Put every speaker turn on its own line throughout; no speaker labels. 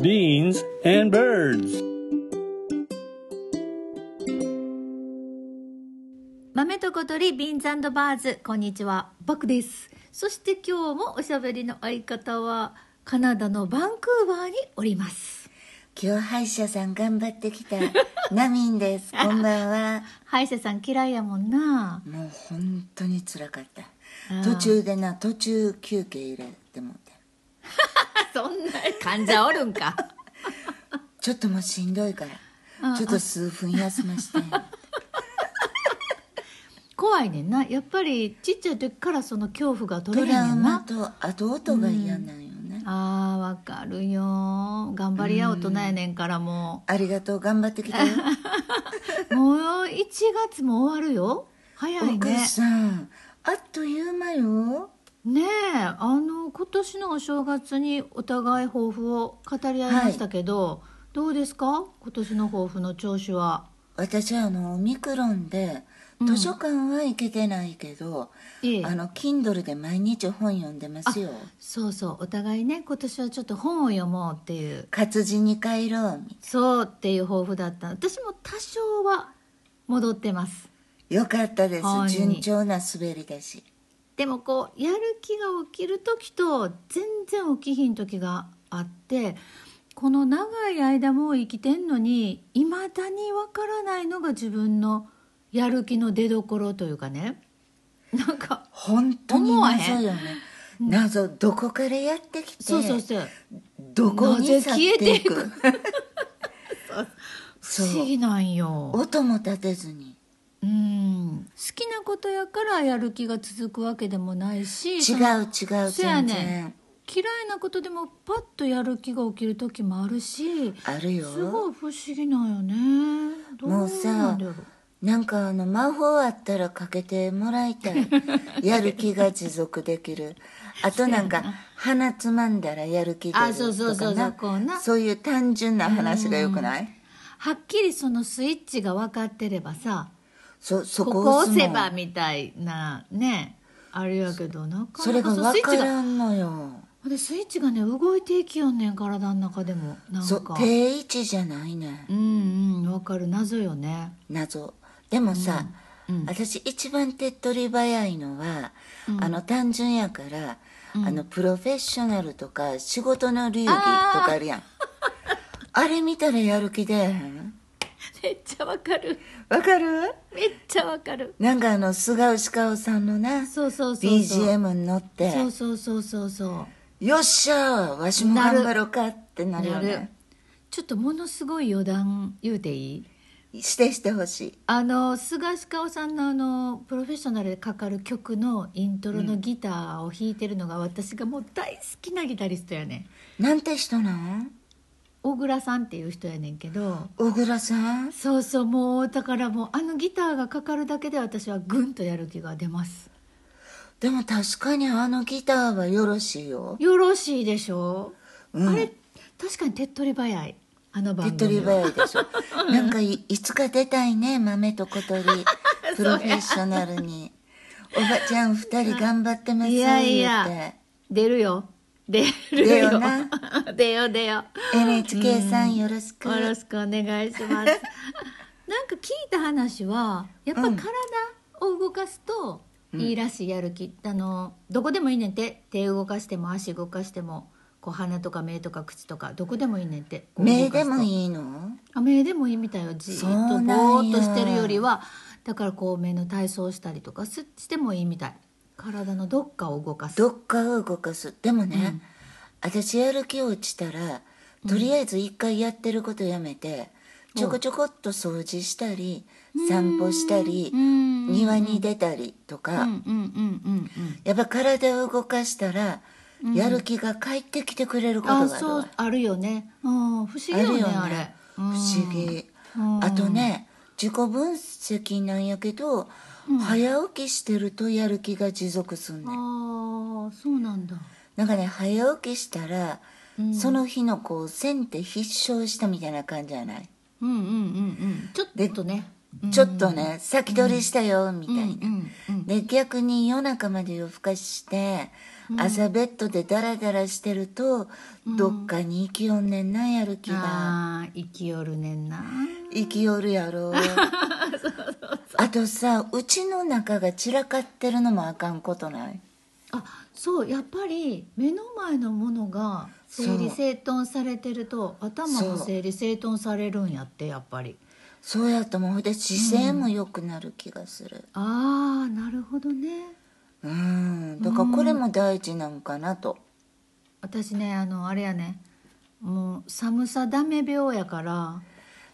beans, and birds.
豆と小鳥ビーンズバーズこんにちはバクですそして今日もおしゃべりの相方はカナダのバンクーバーにおります
今日歯医者さん頑張ってき たナミンですこんばんは
歯医者さん嫌いやもんな
もう本当につらかった
あー
途中でな途中休憩入れてもうて
あ そんな患者おるんか
ちょっともうしんどいか
あ
らちょっと数分休 まして
怖いねんなやっぱりちっちゃい時からその恐怖が取
ト
れへん
ラ
や
ウマ
な
とあと音が嫌なんよね、
あーわかるよ頑張り合う大人やねんからも
ありがとう頑張ってき たよ
うもう1月も終わるよ早い
奥
ね
さんあっという間よ
ねえあの今年のお正月にお互い抱負を語り合いましたけど、どうですか今年の抱負の調子は
私はあのオミクロンで図書館は行けてないけど、
ええ
あの Kindle で毎日本読んでますよ
そうそうお互いね今年はちょっと本を読もうっていう
活字に帰ろうみ
そうっていう抱負だった私も多少は戻ってます
よかったです
はい
順調な滑り出し
でもこうやる気が起きる時と全然起きひん時があってこの長い間もう生きてんのにいまだにわからないのが自分のやる気の出どころというかねなんか
本当に
思わへん
謎よね謎どこからやってきて
そうそうそう
どこに去ってい
な
く
不
そう
思議なんよ
音も立てずに
うん好きなことやからやる気が続くわけでもないし
違
そうの
違う
そうや
全然、
ね嫌いなことでもパッとやる気が起きる時もあるし
ある
すご
よ
い不思議なんよねど
も
な
う
ん
さ
だろう
なんかあの魔法あったらかけてもらいた いやる気が持続できるあとなんか鼻つまんだらやる気出る
あそうそうそうそう
とかな
こうな
そういう単純な話がよくない
はっきりそのスイッチが分かってればさ
そそ
こ
こ
こ
を押
押
す
せ
の
ばみたいなねあれやけどなか
そ
な
れ
か
が
うスイッ
分か
チが
らんのよ
ほんでスイッチがね動いていきよんねん体の中でもなん
そ
か
定位置じゃないね
うんうんわかる謎よね
謎でもさ、
うんうん
私一番手っ取り早いのは、あの単純やから、あのプロフェッショナルとか仕事の流儀とかあ るやんあれ見たらやる気出えへん
めっちゃわかる
わかる
めっちゃわかる
なんかあの菅牛顔さんのな
そうそうそうそう
BGM に乗って
そうそうそうそうそう
よっしゃーわしも頑張ろうかってなるよ
なる
ね
ちょっとものすごい余談言うていい
してしてほしい
あの菅氏顔さんのあのプロフェッショナルでかかる曲のイントロのギターを弾いてるのが私がもう大好きなギタリストやねん
なんて人なん
小倉さんっていう人やねんけど
小倉さん
そうそうもうだからもうあのギターがかかるだけで私はグンとやる気が出ます
でも確かにあのギターはよろしいよ
よろしいでしょう、
うん
あれ確かに手っ取り早いあの
手っ
番組
取り
は
早いでしょ なんかいいつか出たいね豆と小鳥プロフェッショナルにおばちゃん二人頑張ってます
いやいや出るよ出る
出
よ
よな
出よ出よ
言うて NHK さんよろしく
よろしくお願いします なんか聞いた話はやっぱ体を動かすといいらしいやる気、あのどこでもいいねんて手動かしても足動かしてもこう鼻とか目とか口とかどこでもいいねんて
目でも
い
いいの
あ目でもいいみたいよじーっ
そ
と
うなんや
ぼーっとしてるよりはだからこう目の体操したりとかすしてもいいみたい体のどっかを動かす
どっかを動かすでもね、私やる気落ちたらとりあえず一回やってることやめて、ちょこちょこっと掃除したり散歩したり
うん
庭に出たりとか、
うんうんうんうんうん
やっぱ体を動かしたら、やる気が返ってきてくれることがあ
あ
るわ
そうあるよねうん不思議
あ
よ
る
ね
よ
あれ
ね不思議あとね自己分析なんやけど、早起きしてるとやる気が持続すんねん
ああそうなんだ
なんかね早起きしたら、その日のこう先手必勝したみたいな感じじゃない、
うんうんうんうんちょっとね
ちょっとね先取りしたよみたいな、
うんうん
で逆に夜中まで夜更かしして朝ベッドでダラダラしてると、どっかに行きよんねんなやる気が
ああ生きよるねんな
生きよる やろあとさうちの中が散らかってるのもあかんことない
あそうやっぱり目の前のものが整理整頓されてると頭も整理整頓されるんやってやっぱり
そうやと思うほんで姿勢も良くなる気がする
ああなるほどね
うん、だからこれも大事なんかなと、
私ねあのあれやねもう寒さダメ病やから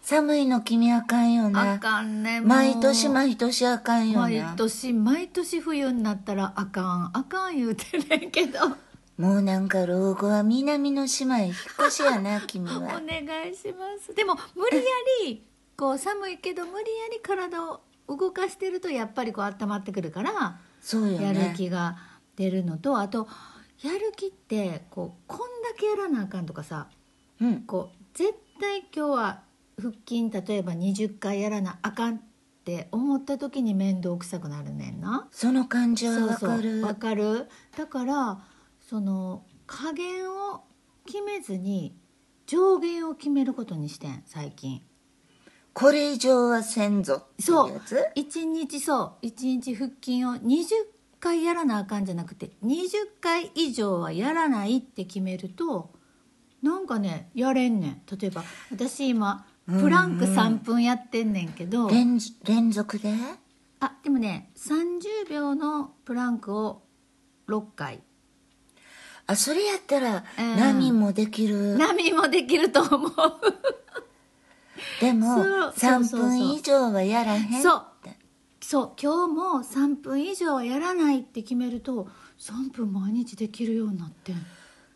寒いの君あかんよ
あ
ね
かんねもう
毎年毎年あかんよね
毎年毎年冬になったらあかんあかん言うてねんけ ど
もうなんか老後は南の島へ引っ越しやな君
お
は
願いしますでも無理やりこう寒いけど無理やり体を動かしてるとやっぱりこう温まってくるから
そうよ
や
ね
る気が出るのとあとやる気ってこうこんだけやらなあかんとかさ
うん
こう絶対今日は腹筋例えば20回やらなあかんって思った時に面倒くさくなるねんな。
その感じはわ
そう
かる
そうわかるだからその加減を決めずに上限を決めることにしてん最近
これ以上はせんぞってい
そう
や
う
つ
一日そう一日腹筋を20回やらなあかんじゃなくて20回以上はやらないって決めるとなんかねやれんねん例えば私今プランク3分やってんねんけど、
連連続で
あでもね30秒のプランクを6回
あそれやったら
うん
波もできる、
波もできると思う
でも
そうそうそ
3
うそう
分以上はやらへんって
そうそう今日も3分以上はやらないって決めると3分毎日できるようになってん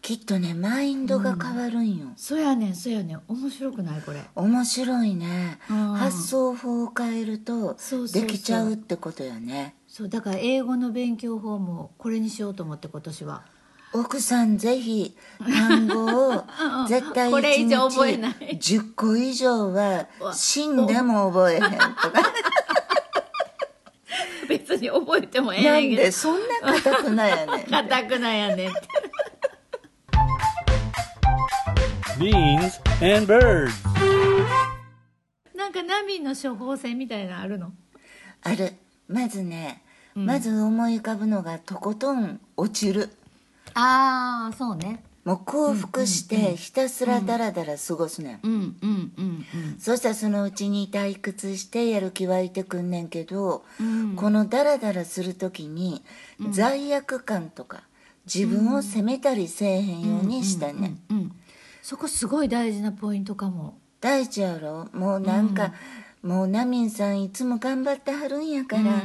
きっとねマインドが変わるんよ、
そやねんそやねん面白くないこれ
面白いね、
うん
発想法を変える
そ
と
うそうそう
できちゃうってことよね
そうだから英語の勉強法もこれにしようと思って今年は
奥さんぜひ単語を絶対
これ以
1日
上覚えない
10個以上は
わ
死んでも覚え へんとか
別に覚えてもえ
な
え
ん
ねん け
でそんな固くないや ねん
ど硬くなやねんって
Beans and birds.
なんかナミの処方箋みたいなのあるの
あるまずね、まず思い浮かぶのがとことん落ちる
ああそうね
もう降伏してひたすらダラダラ過ごすねん、
うんうんうんうん
そしたらそのうちに退屈してやる気湧いてくんねんけど、このダラダラする時に罪悪感とか自分を責めたりせえへんようにしたね、ん
うんそこすごい大事なポイントかも
大事やろもうなんか、もうナミンさんいつも頑張ってはるんやから、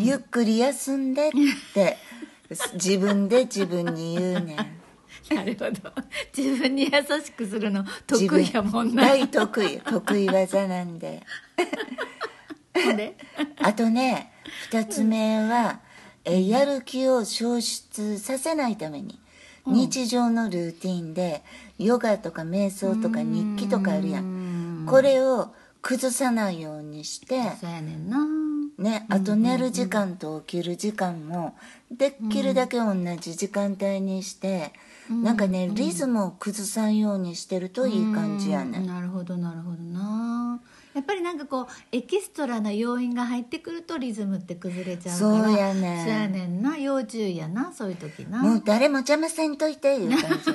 ゆっくり休んでって 自分で自分に言う ねん
なるほど 自分に優しくするの得
自分
意やもんな
大得意得意技なんで。
で
あとね2つ目は、えやる気を消失させないために、日常のルーティンでヨガとか瞑想とか日記とかあるやんこれを崩さないようにして、
そうやねんな
ね、あと寝る時間と起きる時間もできるだけ同じ時間帯にして、なんかねリズムを崩さんようにしてるといい感じやね、
なるほどなるほどなやっぱりなんかこうエキストラな要因が入ってくるとリズムって崩れちゃうから
そうやねん
そうやねんな要注意やなそういう時な
もう誰も邪魔せんといていう感じ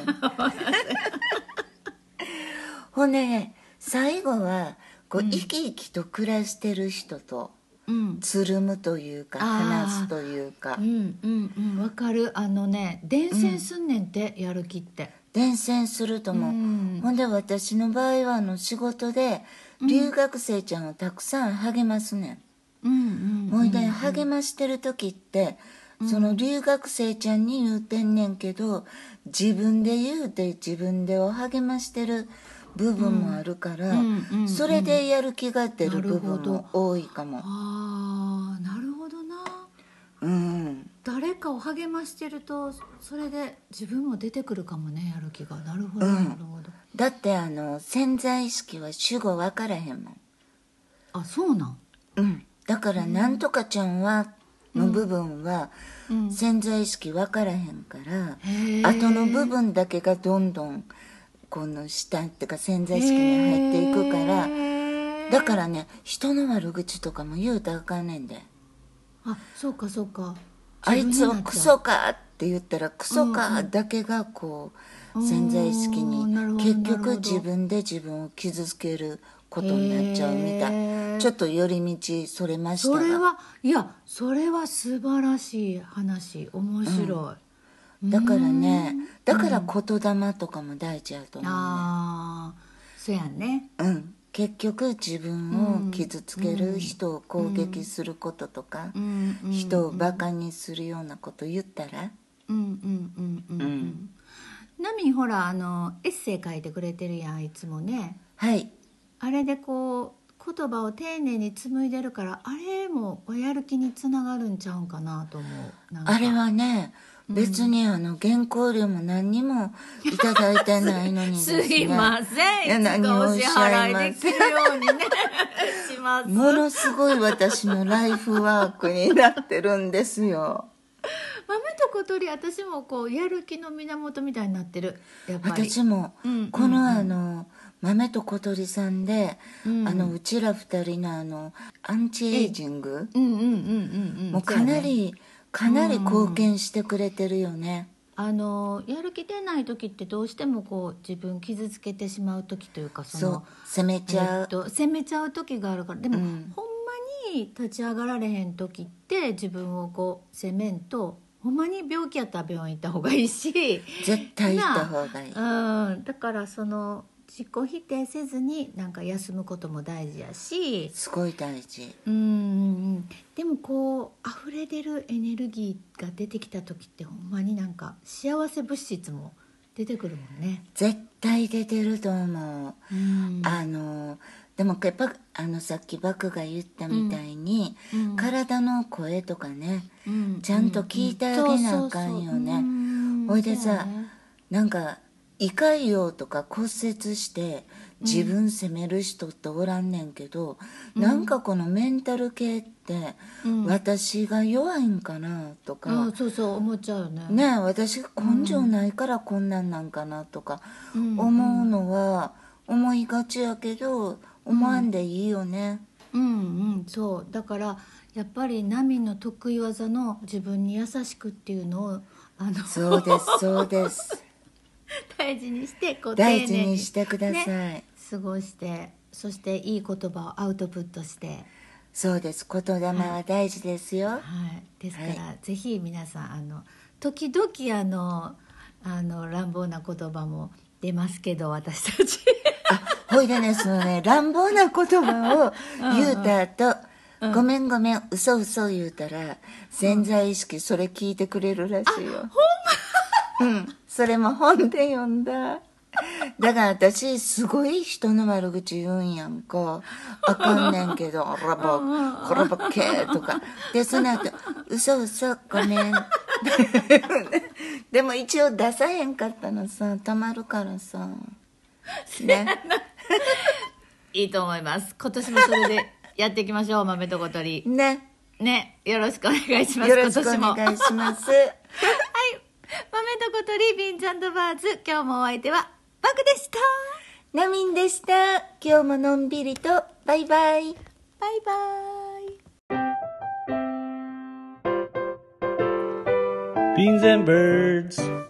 ほんでね最後はこう生き生きと暮らしてる人と
うん
つるむというか
あー
話すというか
うんうんうんわかるあのね伝染すんねんって、やる気って
伝染するとも、
うん
ほんで私の場合はあの仕事で留学生ちゃんをたくさん励ますね
うん
ん、
うん
ほいで励ましてる時ってその留学生ちゃんに言うてんねんけど自分で言うて自分でお励ましてる部分もあるから、
うんうんうん
それでやる気が出る部
なるほ
分
ど
も多いかも、
ああなるほどな
うん、
誰かを励ましてるとそれで自分も出てくるかもねやる気がなるほど、
うん
なるほど
だってあの潜在意識は主語分からへんもん、
あそうなん
うん、だから「なんとかちゃんは」っの部分は潜在意識分からへんから、
へー
後の部分だけがどんどんこの下っていうか潜在意識に入っていくから、
へー
だからね人の悪口とかも言うたらあかんねんで
あそうかそうか
あいつ
自分になっちゃ
を
う
クソかって言ったらクソかだけがこう潜在意識
おーなるほ
に
ど
結
な
局
るほど
自分で自分を傷つけることになっちゃうみた
へー
いちょっと寄り道それました
そ
が
れはいやそれは素晴らしい話面白い、
だからねだから言霊とかも大事やと思うね
ああそうやね
うん結局自分を傷つける人を攻撃することとか
んうん
人をバカにするようなこと言ったら
うんうんうんうんうんナミンほらあのエッセイ書いてくれてるやんいつもね
はい
あれでこう言葉を丁寧に紡いでるからあれもおやる気につながるんちゃうんかなと思うなんか
あれはね別にあの原稿料も何にもいただいてないのにです
す
ね
いません
いや
いつ
何
か
を
お
おっ
支
しゃいま
払いできるようにね します
ものすごい私のライフワークになってるんですよ
豆と小鳥私もこうやる気の源みたいになってるやっぱり
私も
うん
このあの豆と小鳥さんで
う
あ
ん
のうちら二人のあのアンチエイジング
うんうんうんうんうん
もうかな
そうやね
りかなり貢献してくれてるよね
あのやる気出ない時ってどうしてもこう自分傷つけてしまう時というかそ
そう
の
責めちゃ
え
う
っと責めちゃう時があるからでも、
うん
ほんまに立ち上がられへん時って自分をこう責めんとほんまに病気やったら病院行った方がいいし
絶対行った方がいい
うん、だからその自己否定せずになんか休むことも大事やし
すごい大事
うんうんうんでもこう溢れ出るエネルギーが出てきた時ってほんまになんか幸せ物質も出てくるもんね。
絶対出てると思
う
う
ん
あのでもやっぱあのさっきバクが言ったみたいに、
うん
体の声とかね、
うん
ちゃんと聞いてあげなあかんよね、ほいで
そうや
さ、
ね
なんか胃潰瘍とか骨折して自分責める人っておらんねんけど、なんかこのメンタル系って、
うん
私が弱いんかなとか、
あそうそう思っちゃうよね
ねえ私根性ないからこんなんなんかなとか
うん
思うのは思いがちやけど思わんでいいよね、
うんうんそうだからやっぱりナミの得意技の自分に優しくっていうのをあの
そうですそうです
大事にしてこう
大
丁
事
寧
にしてください、
ね過ごしてそしていい言葉をアウトプットして、
そうです言霊は大事ですよ、
はい、ですから、ぜひ皆さんあの時々あのあの乱暴な言葉も出ますけど私たち
ほいでねそのね乱暴な言葉を言うた後ごめんごめん嘘嘘言うたら潜在意識それ聞いてくれるらしいよ、うんそれも本で読んだだから私すごい人の悪口言うんやんかあかんねんけど「あらばこらばけ」とかでその後嘘嘘ごめ ん」でも一応出さへんかったのさたまるからさね
いいと思います今年もそれでやっていきましょう豆と小鳥
ね
ねよろしくお願いします
よろしくお
今年も
願いします。
豆と小鳥ビンちゃんとバーズ今日もお相手はバクでした
ナミンでした。今日ものんびりと、バイバ
バ
イ。
イバイ
Beans and birds.